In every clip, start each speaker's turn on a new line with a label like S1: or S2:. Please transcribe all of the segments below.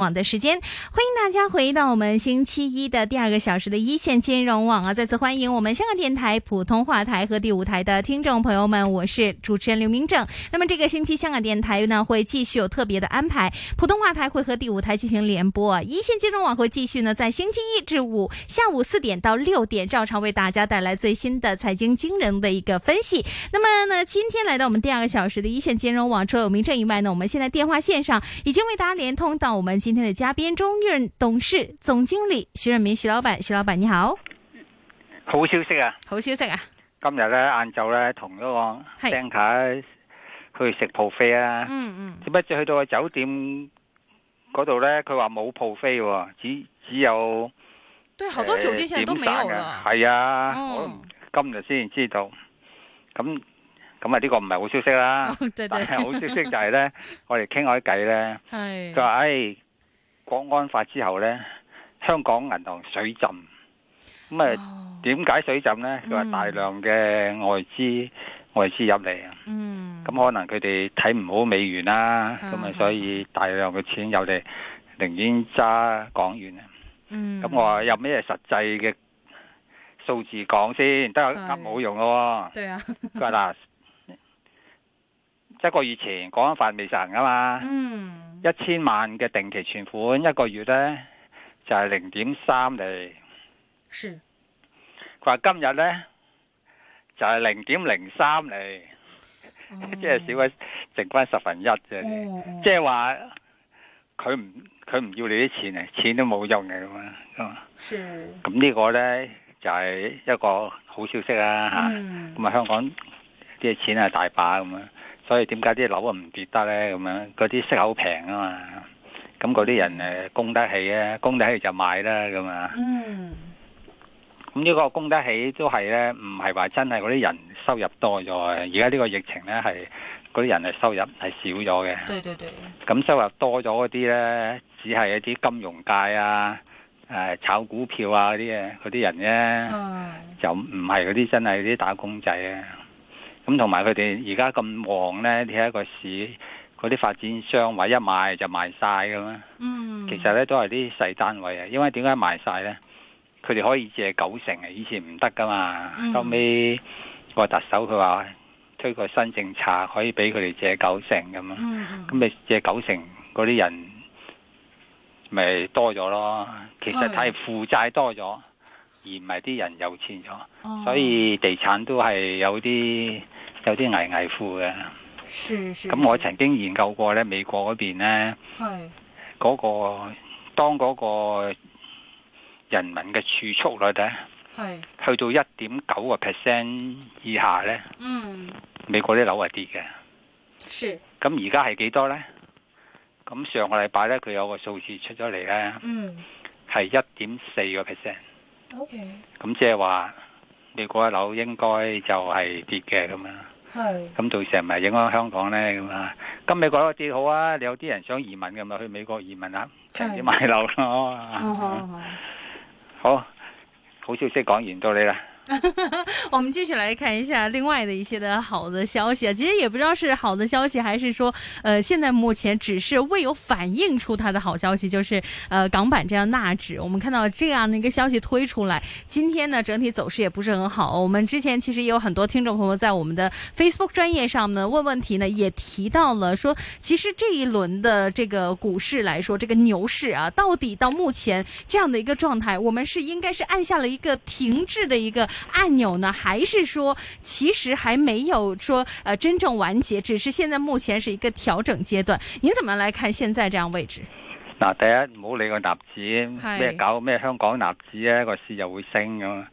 S1: 网的时间，欢迎大家回到我们星期一的第二个小时的一线金融网啊！再次欢迎我们香港电台普通话台和第五台的听众朋友们，我是主持人刘明正。那么这个星期香港电台呢会继续有特别的安排，普通话台会和第五台进行联播啊，一线金融网会继续呢在星期一至五下午四点到六点照常为大家带来最新的财经惊人的一个分析。那么呢，今天来到我们第二个小时的一线金融网，除了有明正以外呢，我们现在电话线上已经为大家连通到我们今天的嘉宾中润董事总经理徐润民徐老板，徐老板你好，
S2: 好消息啊！
S1: 好消息啊！
S2: 今日咧晏晝咧同嗰個
S1: 係
S2: Banker 去食 buffet 啊，
S1: 嗯嗯，
S2: 點解至去到個酒店嗰度咧，佢話冇 buffet 喎，只只有
S1: 对，好多酒店現在都沒有
S2: 啦。
S1: 了，
S2: 係啊，我
S1: 嗯
S2: 都，今日先知道。咁咁啊，呢個唔係好消息啦。
S1: 哦對
S2: 但
S1: 對，
S2: 係好消息就 係咧，我哋傾開偈咧，
S1: 係
S2: 佢話：，唉、國安法之後咧，香港銀行水浸，咁啊。
S1: 哦
S2: 點解水浸呢？佢話
S1: 嗯
S2: 大量嘅外資外資入嚟，啊
S1: 嗯，
S2: 咁可能佢哋睇唔好美元啦，
S1: 嗯
S2: 咁啊
S1: 嗯
S2: 所以大量嘅錢入嚟，寧願揸港元啊。
S1: 嗯，
S2: 咁我話有咩實際嘅數字講先，得
S1: 係
S2: 噏冇用咯
S1: 對啊，
S2: 喎。佢話嗱，一個月前港安法未實行啊嘛，
S1: 嗯，
S2: 一千萬嘅定期存款一個月呢，就係零點三厘。
S1: 是，
S2: 佢話今日呢，就係零點零三厘。
S1: 嗯
S2: 即係少咗剩翻十分一啫。
S1: 哦，哦，
S2: 即係話佢唔佢唔要你啲錢啊，錢都冇用嘅咁啊咁啊。
S1: 是，
S2: 咁呢個呢，就係、一個好消息啦、啊、嚇。
S1: 嗯，
S2: 咁啊、香港啲錢係大把咁啊，所以點解啲樓啊唔跌得呢？咁樣嗰啲息口平啊嘛。咁嗰啲人誒供得起啊，供得起就買啦咁啊。
S1: 嗯，
S2: 咁呢個供得起都係呢，唔係話真係嗰啲人收入多咗啊。而家呢個疫情呢，係嗰啲人係收入係少咗嘅。
S1: 對對對，
S2: 咁收入多咗嗰啲呢，只係一啲金融界啊、誒、炒股票啊嗰啲嘅嗰啲人呢，
S1: 嗯，
S2: 就唔係嗰啲真係啲打工仔啊。咁同埋佢哋而家咁旺呢，你睇個市嗰啲發展商話一賣就賣晒咁啊。
S1: 嗯，
S2: 其實呢都係啲細單位啊，因為點解賣晒呢？佢哋可以借九成啊，以前唔得噶嘛。
S1: 嗯
S2: 後尾個特首佢話推個新政策，可以俾佢哋借九成咁啊。
S1: 嗯，嗯
S2: 咁咪借九成嗰啲人咪多咗咯。其實
S1: 係
S2: 係負債多咗，而唔係啲人有錢咗。
S1: 哦
S2: 所以地產都係有啲有啲危危乎
S1: 嗯
S2: 嘅。
S1: 是是，
S2: 咁我
S1: 是
S2: 曾經研究過呢美國嗰邊呢
S1: 係
S2: 嗰、個當嗰個人民嘅儲蓄率呢
S1: 係
S2: 去到一點九個 percent 以下呢，
S1: 嗯
S2: 美國啲樓係跌嘅。
S1: 是
S2: 咁而家係幾多呢？咁上個禮拜呢，佢有個數字出咗嚟呢。
S1: 嗯
S2: 係一點四個 percent，
S1: OK
S2: 咁即係話美國嘅樓應該就係跌嘅咁樣，
S1: 係
S2: 咁到時係咪影響香港呢？咁啊？咁美國樓跌好啊，你有啲人想移民嘅咪去美國移民啊，平啲買樓咯。
S1: 哦好好
S2: 好，好消息講完到你啦。
S1: 我们继续来看一下另外的一些的好的消息啊，其实也不知道是好的消息，还是说，呃，现在目前只是未有反映出它的好消息，就是呃港版这样纳指，我们看到这样的一个消息推出来，今天呢整体走势也不是很好。我们之前其实也有很多听众朋友在我们的 Facebook 专业上呢问问题呢，也提到了说，其实这一轮的这个股市来说，这个牛市啊，到底到目前这样的一个状态，我们是应该是按下了一个停滞的一个按钮呢，还是说其实还没有说呃真正完结，只是现在目前是一个调整阶段？您怎么来看现在这样位置？
S2: 嗱，第一唔好理個納指
S1: 係
S2: 咩搞咩香港納指咧，個市就會升咁啊。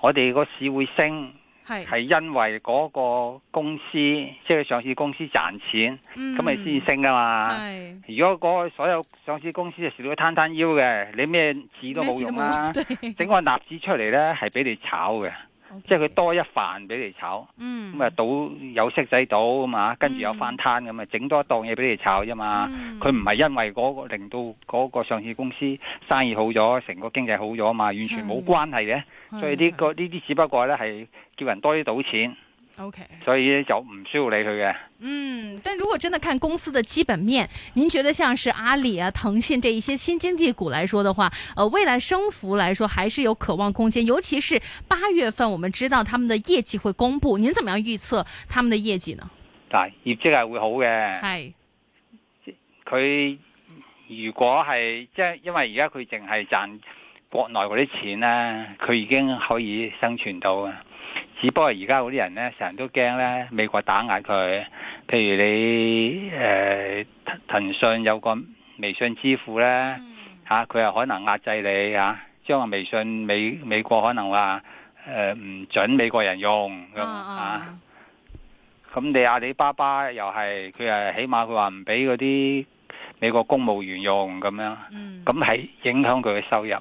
S2: 我哋個市會升
S1: 系
S2: 係因為嗰個公司即係上市公司賺錢，
S1: 嗯
S2: 咁咪先升噶嘛。
S1: 系
S2: 如果嗰個所有上市公司係蝕到攤攤腰嘅，你咩紙都冇用啦、
S1: 对，
S2: 整個納指出嚟呢，係俾你炒嘅，即係佢多一飯俾你炒，
S1: 嗯
S2: 咁啊賭有息仔賭咁嘛，跟住有翻攤咁啊，整多一檔嘢俾你炒啫嘛。啊
S1: 嗯
S2: 佢唔係因為嗰、個令到嗰個上市公司生意好咗，成個經濟好咗嘛，完全冇
S1: 嗯
S2: 關係嘅。所以呢、個呢啲只不過呢係叫人多啲賭錢，
S1: 嗯 OK，
S2: 所以咧就唔需要理佢嘅。
S1: 嗯，但如果真的看公司的基本面，您觉得像是阿里啊、腾讯这一些新经济股来说的话，呃，未来升幅来说还是有渴望空间，尤其是八月份，我们知道他们的业绩会公布，您怎么样预测他们的业绩呢？
S2: 但業績係會好嘅，
S1: 系，
S2: 佢如果係即係因為而家佢淨係賺國內嗰啲錢咧，佢已經可以生存到啊。只不過而家嗰啲人咧，成日都驚咧美國打壓佢，譬如你誒、呃、騰騰訊有個微信支付咧。嚇，佢又可能壓制你嚇、啊，將個微信美美國可能話誒唔準美國人用咁
S1: 啊
S2: 啊。
S1: 啊，
S2: 咁你阿里巴巴又係佢係起碼佢話唔俾嗰啲美國公務員用咁樣，
S1: 嗯，
S2: 咁係影響佢嘅收入。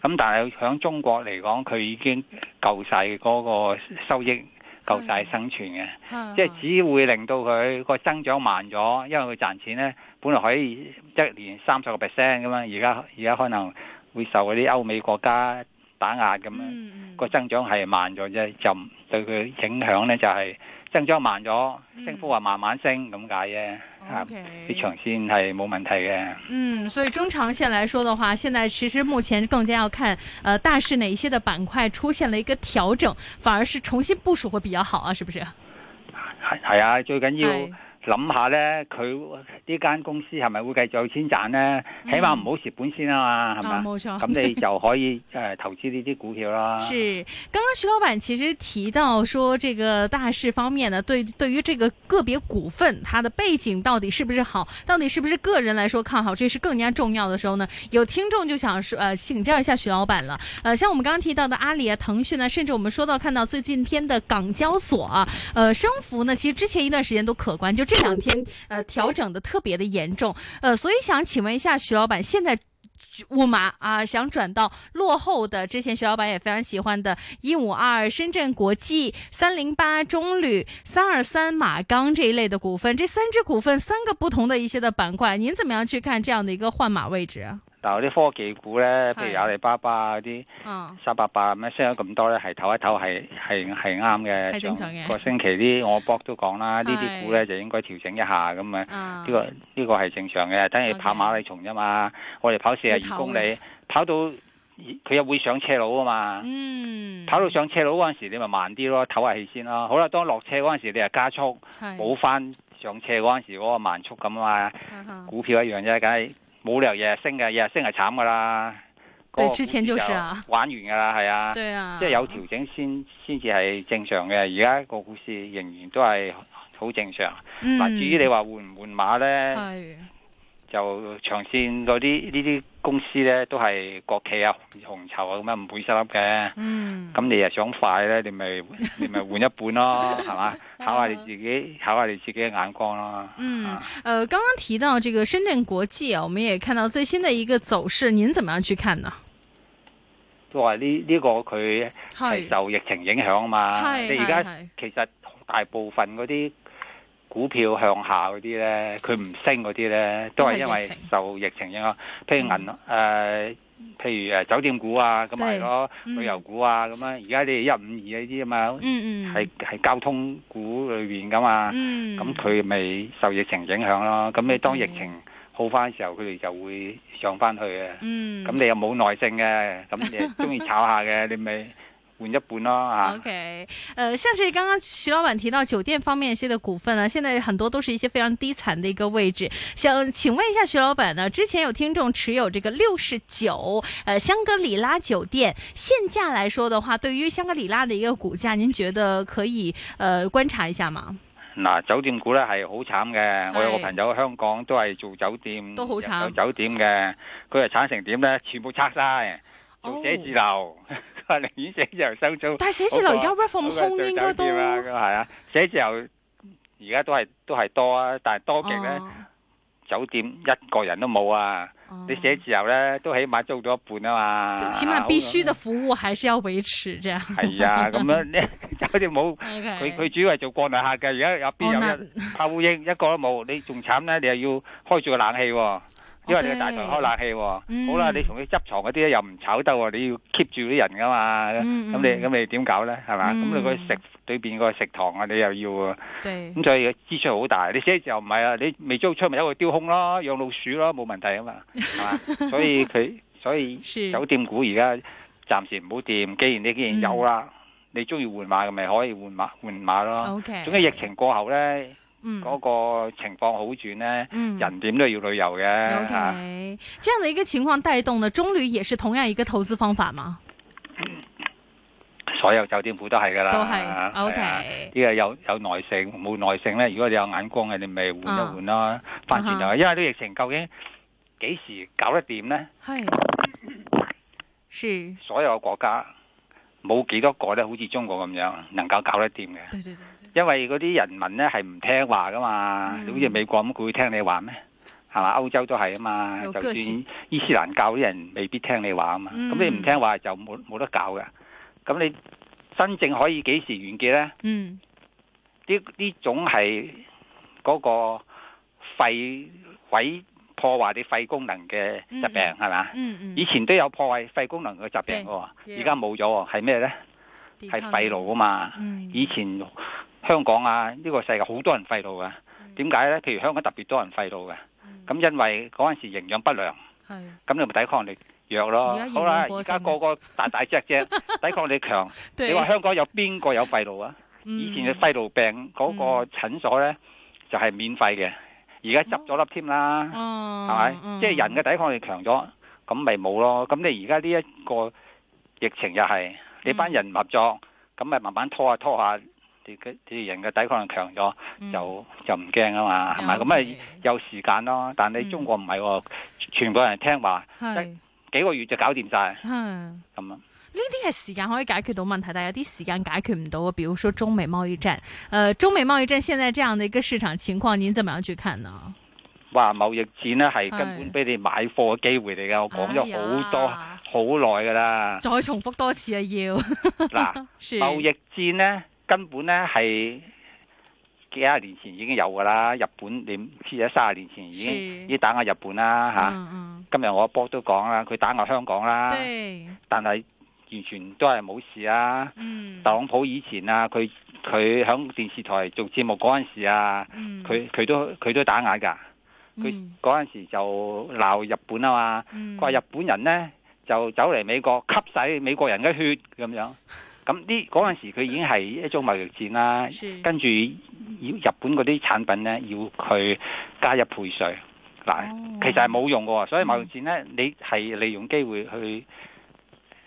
S2: 咁但係響中國嚟講，佢已經夠晒嗰個收益，夠晒
S1: 係
S2: 生存嘅。
S1: 啊
S2: 即係只會令到佢個增長慢咗，因為佢賺錢咧，本來可以一年三十個 percent 咁樣，而家而家可能會受嗰啲歐美國家打壓咁樣，
S1: 嗯
S2: 個、增長係慢咗啫，就唔對佢影響咧就係、增長慢咗，升幅話慢慢升咁解啫，啊
S1: o k
S2: 啲長線係冇問題嘅。
S1: 嗯，所以中长线来说的话，现在其实目前更加要看呃大市哪一些的板块出现了一个调整，反而是重新部署会比较好啊，是不是？
S2: 係係啊，最緊要
S1: 係
S2: 諗下咧，佢呢間公司係咪會繼續有錢賺咧？起碼唔好蝕本先啊嘛，係咪
S1: 啊，
S2: 啊？
S1: 冇错。
S2: 咁你就可以誒、呃投資呢啲股票 啦。
S1: 是，刚刚徐老板其实提到说，这个大势方面呢，对对于这个个别股份，它的背景到底是不是好，到底是不是个人来说看好，这是更加重要的时候呢。有听众就想说，呃，请教一下徐老板了。呃，像我们刚刚提到的阿里啊、腾讯呢，甚至我们说到看到最近天的港交所啊，呃，升幅呢，其实之前一段时间都可观，就这两天呃调整的特别的严重。呃，所以想请问一下徐老板，现在雾霾啊，想转到落后的，之前徐老板也非常喜欢的一五二深圳国际、三零八中铝、三二三马钢这一类的股份，这三只股份三个不同的一些的板块，您怎么样去看这样的一个换马位置啊？
S2: 嗱，嗰啲科技股咧，譬
S1: 係
S2: 如阿里巴巴嗰啲
S1: 嗯
S2: 三百八咁樣升咗咁多咧，係唞一唞係係係啱嘅。
S1: 係正常嘅
S2: 上個星期啲我 b 都講啦，呢
S1: 係
S2: 啲股咧就應該調整一下咁啊。
S1: 啊
S2: 呢、個呢、個係正常嘅，等於
S1: OK
S2: 跑馬拉松啫嘛。我哋跑四十
S1: 你
S2: 二
S1: 唞啊
S2: 公里，跑到佢又會上斜路啊嘛。
S1: 嗯，
S2: 跑到上斜路嗰陣時，你咪慢啲咯，唞下氣先咯。好啦，當落斜嗰陣時，你又加速，
S1: 係嗯
S2: 冇翻上斜嗰陣時嗰個慢速咁啊嘛。
S1: 哈哈
S2: 股票一樣啫，梗係冇理由日日升嘅，日日升係慘噶啦。
S1: 對
S2: 嗰個
S1: 之前
S2: 股市
S1: 就是啊
S2: 玩完噶啦，係啊，
S1: 对啊，
S2: 即係有調整先先至係正常嘅。而家個股市仍然都係好正常。
S1: 嗯，
S2: 嗱、至於你話換唔換馬呢，
S1: 係
S2: 就長線嗰啲呢啲公司呢，都係國企啊、紅籌啊咁樣唔會失笠嘅。
S1: 嗯
S2: 咁你又想快呢，你咪你咪換一半 咯，係嘛？考下你自己，考下你自己嘅眼光咯。
S1: 啊嗯
S2: 啊，
S1: 呃，刚刚提到这个深圳国际啊，我们也看到最新的一个走势，您怎么样去看呢？
S2: 都話呢呢個佢。係受疫情影響啊嘛。
S1: 係
S2: 你而家
S1: 係
S2: 其實大部分嗰啲股票向下嗰啲呢，佢唔升嗰啲呢，都係因
S1: 都係疫
S2: 為
S1: 情嗯
S2: 受疫情影響。譬如銀誒、呃譬如誒酒店股啊，咁係咯，
S1: 對嗯
S2: 旅遊股啊，咁啊，而家你一五二呢啲啊嘛，
S1: 嗯嗯，
S2: 係係交通股裏邊噶嘛，
S1: 嗯，
S2: 咁佢咪受疫情影響咯。咁你當疫
S1: 嗯
S2: 情好翻嘅時候，佢哋就會上翻去嘅。
S1: 嗯，
S2: 咁你又冇耐性嘅，咁你中意炒下嘅，你咪換一半咯
S1: 啊
S2: 啊嚇。
S1: OK，呃，像是刚刚徐老板提到酒店方面一些的股份呢、现在很多都是一些非常低残的一个位置。想请问一下徐老板呢，之前有听众持有这个六十九，呃，香格里拉酒店现价来说的话，对于香格里拉的一个股价，您觉得可以呃观察一下吗？
S2: 嗱，酒店股咧係好慘嘅。我有個
S1: 係
S2: 朋友喺香港都係做酒店，
S1: 都好慘
S2: 有酒店嘅，佢係慘成點咧？全部拆晒，做寫字樓， 佢話寧願寫字樓收租。
S1: 哦但系写字楼而家 work
S2: 好
S1: from
S2: 過
S1: home
S2: 做
S1: 应
S2: 酒
S1: 该都
S2: 店啊，咁係啊，寫字樓而家都係都係多啊，但係
S1: 哦
S2: 多極咧，酒店一個人都冇啊。
S1: 哦
S2: 你寫字樓咧都起碼租到一半啊嘛，
S1: 哦起码必须的服务还是要维持这样。
S2: 係啊，咁 樣 呢酒店冇。
S1: OK，
S2: 佢佢主要係做國內客嘅，而家入邊
S1: 哦
S2: 有
S1: 那
S2: 一。拍烏蠅一個都冇，你仲慘咧，你又要開住個冷氣喎、因為你係大台開冷氣喎。
S1: 哦嗯
S2: 好啦，你同佢執床嗰啲咧又唔炒得喎，你要 keep 住啲人噶嘛。咁
S1: 嗯
S2: 你咁你點搞咧？係嘛？咁
S1: 嗯
S2: 你個食對邊個食堂啊，你又要喎。
S1: 對，
S2: 咁所以支出好大。你寫字樓唔係啊，你未租出咪有個雕空咯，養老鼠咯，冇問題啊嘛，係嘛？所以佢所以
S1: 是
S2: 酒店股而家暫時唔好掂。既然你既然有啦，你中意換馬嘅咪可以換馬換馬咯。
S1: OK，
S2: 總之疫情過後咧，
S1: 嗯
S2: 嗰個情況好轉咧，
S1: 嗯
S2: 人啊點都要旅遊嘅嚇。
S1: OK，这样的一个情况带动呢，中旅也是同样一个投资方法嘛，
S2: 所有酒店股都係㗎啦，
S1: 都係
S2: 係啊
S1: OK，
S2: 呢個有有耐性，冇耐性咧，如果你有眼光嘅，你咪換一換啦，翻轉
S1: 啊
S2: 頭，因為呢個疫情究竟幾時搞得掂咧？
S1: 係是，
S2: 所有嘅國家冇幾多個咧，好似中國咁樣能夠搞得掂嘅，
S1: 對對對對，
S2: 因為嗰啲人民咧係唔聽話噶嘛，
S1: 嗯
S2: 你好似美國咁，佢會聽你話咩？係嘛？歐洲都係啊嘛，
S1: 有個
S2: 就算
S1: 性
S2: 伊斯蘭教啲人未必聽你話啊嘛，
S1: 嗯
S2: 咁你唔聽話就冇冇得搞嘅。咁你真正可以幾時完結咧？
S1: 嗯
S2: 呢呢種係嗰個肺毀破壞你肺功能嘅疾病
S1: 嗯
S2: 係嘛？
S1: 嗯
S2: 以
S1: 嗯，
S2: 前都有破壞肺功能嘅疾病喎，
S1: 對
S2: 而家冇咗喎，係咩呢？
S1: 抵
S2: 係
S1: 抗
S2: 肺
S1: 力，
S2: 癆啊嘛！
S1: 嗯，
S2: 以前香港啊，呢個世界好多人肺癆噶，
S1: 嗯
S2: 點解呢？譬如香港特別多人肺癆嘅，
S1: 嗯
S2: 咁因為嗰陣時營養不良，
S1: 係
S2: 咁你咪抵抗力弱咯
S1: 而家營養。
S2: 好啦，
S1: 過
S2: 而
S1: 剩
S2: 家個個大大隻 隻，抵抗力強。
S1: 對
S2: 你話香港有邊個有肺癆啊？
S1: 嗯
S2: 以前嘅肺癆病嗰個診所呢，就係免費嘅，而家執咗粒添啦，係
S1: 哦，
S2: 咪？
S1: 嗯
S2: 即係人嘅抵抗力強咗，咁咪冇咯。咁你而家呢一個疫情又係你班人唔合作，
S1: 嗯
S2: 咁咪慢慢拖下拖下，你嘅你人嘅抵抗力強咗，
S1: 嗯
S2: 就就唔驚啊嘛，係咪？咁
S1: 嗯
S2: 咪有時間咯。但係
S1: 嗯
S2: 你中國唔係喎，全部人聽話，
S1: 係
S2: 幾個月就搞掂晒。
S1: 係。
S2: 咁啊。
S1: 呢啲係時間可以解決到問題，但有啲時間解決唔到啊。比如說中美貿易戰，呃，中美貿易戰現在這樣的一個市場情況，您怎麼樣去看呢？
S2: 話貿易戰咧係
S1: 係
S2: 根本俾你買貨嘅機會嚟㗎，我講咗好多
S1: 哎呀。
S2: 好耐㗎啦
S1: 再重複多次啊，要
S2: 嗱，
S1: 是
S2: 貿易戰咧根本咧係幾廿年前已經有㗎啦，日本你唔知啊，三十年前已
S1: 是
S2: 經已經打壓日本啦嚇。
S1: 嗯
S2: 今日我阿波都講啦，佢打壓香港
S1: 嗯，
S2: 啦，
S1: 對，
S2: 但係完全都係冇事啊。
S1: 嗯，
S2: 特朗普以前啊，佢佢響電視台做節目嗰陣時啊，
S1: 嗯
S2: 佢佢都佢都打壓㗎，佢
S1: 嗯
S2: 嗰陣時就鬧日本啊嘛。
S1: 嗯
S2: 佢話日本人呢，就走嚟美國吸晒美國人嘅血咁 樣。咁呢嗰陣時佢已經係一種貿易戰啦，
S1: 是
S2: 跟住要日本嗰啲產品呢，要佢加一倍稅。嗱，
S1: 哦嗯
S2: 其實係冇用嘅喎，所以貿易戰呢，你係利用機會去，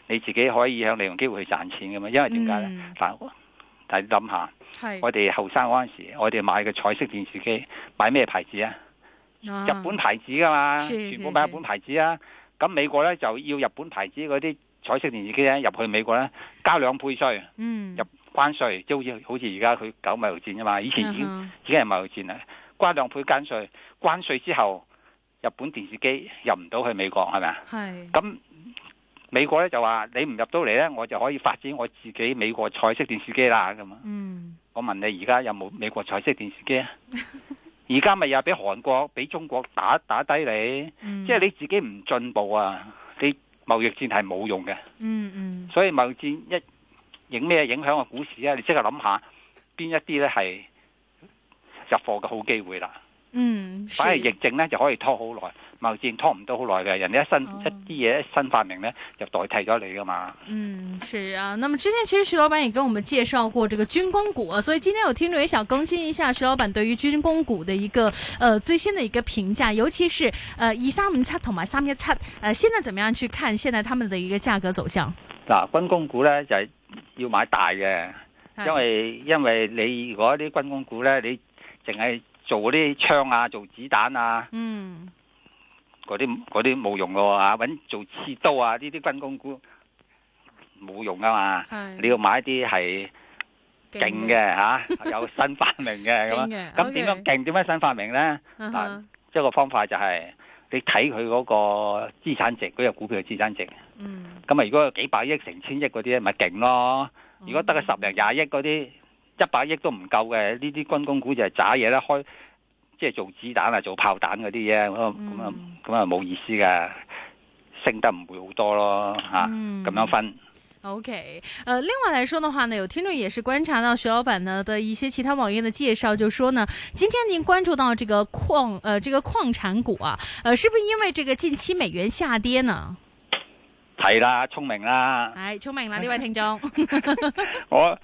S2: 你自己可以向利用機會去賺錢嘅嘛。因為點解呢？
S1: 嗯
S2: 嗱、但係諗下，
S1: 係
S2: 我哋後生嗰陣時，我哋買嘅彩色電視機買咩牌子啊？
S1: 啊
S2: 日本牌子噶嘛，
S1: 是
S2: 全部
S1: 是
S2: 買日
S1: 是
S2: 本牌子啊。咁美國咧就要日本牌子嗰啲彩色電視機咧入去美國咧加兩倍稅
S1: 嗯
S2: 日關稅，即係好似好似而家佢搞貿易戰啊嘛，以前已經
S1: 啊
S2: 已經係貿易戰啦，關兩倍關稅，關稅之後日本電視機入唔到去美國係咪啊？
S1: 哈係
S2: 咁美國咧就話你唔入到嚟咧，我就可以發展我自己美國彩色電視機啦咁啊！
S1: 嗯
S2: 我問你而家有冇美國彩色電視機啊？ 而家咪又俾韓國、俾中國打打低你。
S1: 嗯
S2: 即係你自己唔進步啊！你貿易戰係冇用嘅，
S1: 嗯嗯
S2: 所以貿易戰一影咩影響個股市啊？你即刻諗下邊一啲咧係入貨嘅好機會啦。
S1: 嗯
S2: 反而
S1: 是
S2: 疫症咧就可以拖好耐，貿易戰拖唔到好耐嘅。人哋一新、
S1: 哦
S2: 一啲嘢一新發明咧，就代替咗你噶嘛。
S1: 嗯，是啊。那么之前其实徐老板也跟我们介绍过这个军工股、啊，所以今天有听众也想更新一下徐老板对于军工股的一个呃最新的一个评价，尤其是呃二三五七同埋三一七，呃现在怎么样去看现在他们的一个价格走向？
S2: 嗱，軍工股咧就係、要買大嘅，因為因為你如果啲軍工股咧，你淨係做嗰啲槍啊、做子彈啊。
S1: 嗯
S2: 嗰啲嗰啲冇用噶喎，啊揾做刺刀啊，呢啲軍工股冇用噶嘛。
S1: 係
S2: 你要買啲係勁嘅嚇， 有新發明 嘅咁
S1: 勁嘅，
S2: 樣。咁點樣啊勁？點樣新發明呢？
S1: 嗯
S2: 嗱
S1: 哼
S2: 即係個方法就係、你睇佢嗰個資產值，嗰只股票嘅資產值。
S1: 嗯，
S2: 咁啊，如果有幾百億、成千億嗰啲，咪勁咯。如果得個十零廿億嗰啲，一百億都唔夠嘅，呢啲軍工股就係渣嘢啦，開即係做子彈啊、做炮彈嗰啲嘢，咁啊咁啊
S1: 嗯
S2: 咁啊冇意思㗎，升得唔會好多咯嚇，啊咁、
S1: 嗯
S2: 樣分。
S1: OK，呃，另外来说的话呢，有听众也是观察到徐老板呢的一些其他网页的介绍，就说呢，今天您关注到这个矿呃这个矿产股啊，呃，是不是因为这个近期美元下跌呢？
S2: 係啦，聰明 啦，
S1: 哎，聪明啦呢位听众，
S2: 我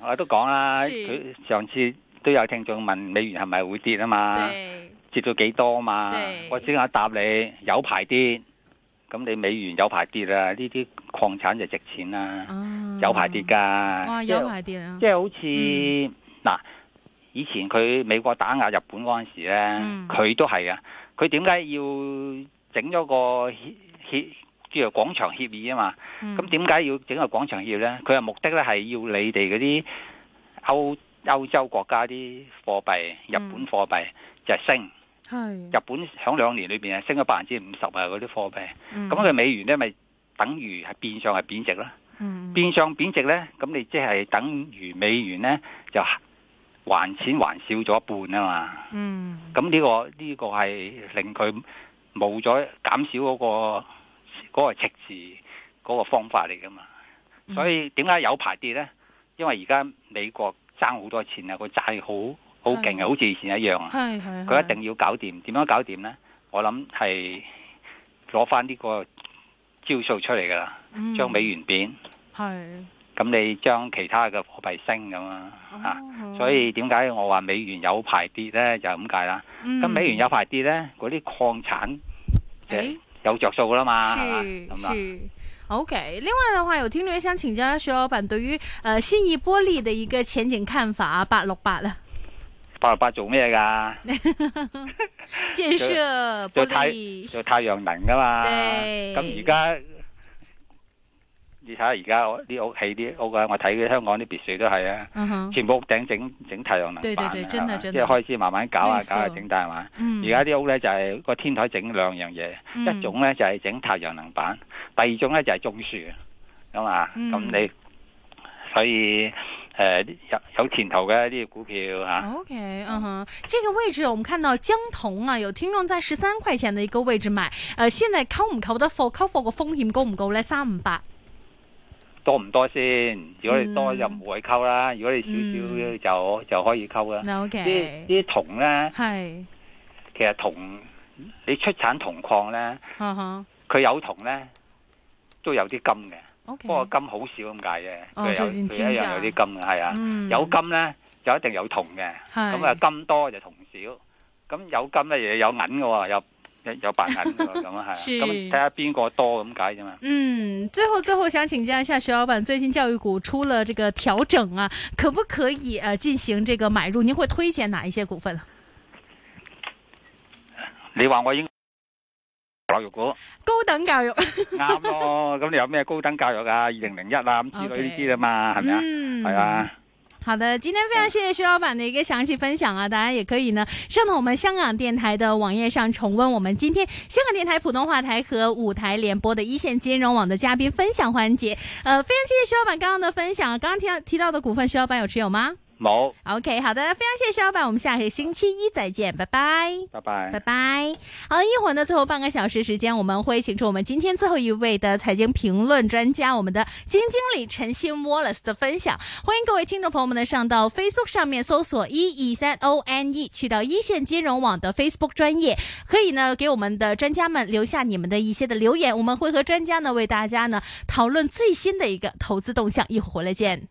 S2: 我都講啦，
S1: 是
S2: 佢上次都有聽眾問美元係咪會 跌啊嘛，
S1: 对，
S2: 跌到幾多啊嘛
S1: 對，
S2: 我即刻答你有排跌，咁你美元有排跌啦，呢啲礦產就值錢啦，
S1: 啊
S2: 有排跌，㗎，
S1: 哇，
S2: 即係
S1: 有排跌啊
S2: 即，係好似
S1: 嗯
S2: 嗱、以前佢美國打壓日本嗰陣時咧，
S1: 嗯
S2: 佢、都係啊。佢點解要整咗個協協叫做廣場協議啊嘛？
S1: 嗯
S2: 咁點解要整個廣場協咧？佢嘅目的咧係要你哋嗰啲歐歐洲國家啲貨幣、日
S1: 嗯
S2: 本貨幣就係升。
S1: 系
S2: 日本響兩年裏邊係升咗百分之五十啊！嗰啲貨幣，
S1: 咁
S2: 咁佢美元咧咪等於係變相係貶值啦。
S1: 嗯
S2: 變相貶值呢，咁你即係等於美元呢，就還錢還少咗一半啊嘛。
S1: 嗯
S2: 咁呢、個呢、個係令佢冇咗減少嗰、個嗰、個赤字嗰個方法嚟噶嘛。
S1: 嗯
S2: 所以點解有排跌呢？因為而家美國爭好多錢啊，個債好好勁啊，
S1: 係
S2: 好似以前一樣啊。
S1: 系系，
S2: 佢一定要搞掂，點樣搞掂呢？我諗係攞翻呢個招數出嚟噶啦，
S1: 定
S2: 將美元貶。
S1: 系，
S2: 咁你將其他嘅貨幣升咁啊，啊，
S1: 嗯哦
S2: 所以點解我話美元有排跌呢？就係咁解啦。咁美元有排跌呢，嗰啲礦產
S1: 嗯哎
S2: 嘅有着數啦嘛，係嘛
S1: 是
S2: 咁啦。
S1: 是。OK，另外的话，有听众也想请教一下徐老板对于呃信义玻璃的一个前景看法啊，八六八啊，
S2: 八六八做 咩㗎？
S1: 建设玻
S2: 就太
S1: 璃，
S2: 做太陽能㗎嘛。
S1: 對
S2: 咁而家你睇下而家我啲屋起啲屋啊，我睇嘅香港啲別墅都係啊，
S1: 嗯哼，
S2: 全部屋頂整整太陽能
S1: 對對
S2: 板啊，
S1: 對真的
S2: 係嘛
S1: 真
S2: 即
S1: 的
S2: 係開始慢慢搞啊
S1: 綠色
S2: 搞啊整大係嘛。
S1: 嗯，
S2: 而家啲屋呢，就係個天台整兩樣嘢。一種咧就係整太陽能板，第二種咧就係種樹咁啊。
S1: 嗯
S2: 咁你所以誒、呃有有前途嘅呢啲股票嚇、啊，
S1: OK，嗯哼，这个位置我们看到江铜啊，有听众在十三块钱的一个位置买，呃，现在扣唔扣得货？扣货個風險高唔高呢？三五八，
S2: 多唔多先？如果你多
S1: 嗯
S2: 就唔會溝啦，如果你少少
S1: 嗯
S2: 就、就可以溝啦。
S1: 嗱
S2: 啲
S1: OK，
S2: 啲銅咧，
S1: 係，
S2: 其實銅你出產銅礦咧，
S1: 嗯哼
S2: 佢有銅咧都有啲金嘅，
S1: ，OK，
S2: 不過金好少咁解嘅，
S1: 哦
S2: 佢有
S1: 最近
S2: 佢一
S1: 天
S2: 樣
S1: 價
S2: 有啲金嘅，係啊，
S1: 嗯
S2: 有金咧就一定有銅嘅。
S1: 係
S2: 咁啊金多就銅少，咁有金咧又有銀嘅喎，有有有白銀嘅 喎，咁啊
S1: 是
S2: 係啊，咁睇下邊個多咁解啫嘛。
S1: 嗯，最后最后想请教一下徐老板，最近教育股出了这个调整啊，可不可以呃进行这个买入？您会推荐哪一些股份？
S2: 你話我應教育股
S1: 高等教育
S2: 啱咯，咁你有咩高等教育啊？二零零一啊咁之類呢啲啊嘛，係咪啊？
S1: 嗯，
S2: 係。啊，
S1: 好的，今天非常谢谢徐老板的一个详细分享啊，大家也可以呢上到我们香港电台的网页上重温我们今天香港电台普通话台和舞台联播的一线金融网的嘉宾分享环节。呃，非常谢谢徐老板刚刚的分享，刚刚提到提到的股份，徐老板有持有吗
S2: 冇，
S1: ？OK，好的，非常谢谢徐老板，我们下个星期一再见，拜拜。
S2: 拜拜
S1: 拜。拜。好的，一会儿呢，最后半个小时时间，我们会请出我们今天最后一位的财经评论专家，我们的基金经理陈信 Wallace 的分享。欢迎各位听众朋友们呢，上到 Facebook 上面搜索一二三 O N E，去到一线金融网的 Facebook 专业，可以呢给我们的专家们留下你们的一些的留言，我们会和专家呢为大家呢讨论最新的一个投资动向。一会儿回来见。